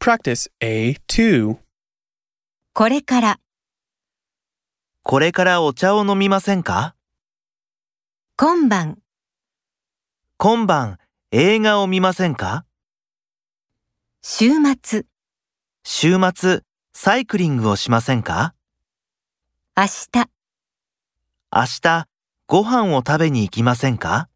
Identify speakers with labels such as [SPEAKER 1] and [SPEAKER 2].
[SPEAKER 1] Practice A2.
[SPEAKER 2] これから、
[SPEAKER 3] これからお茶を飲みませんか
[SPEAKER 2] 今晩、
[SPEAKER 3] 今晩映画を見ませんか
[SPEAKER 2] 週末、
[SPEAKER 3] 週末サイクリングをしませんか
[SPEAKER 2] 明日。
[SPEAKER 3] 明日ご飯を食べに行きませんか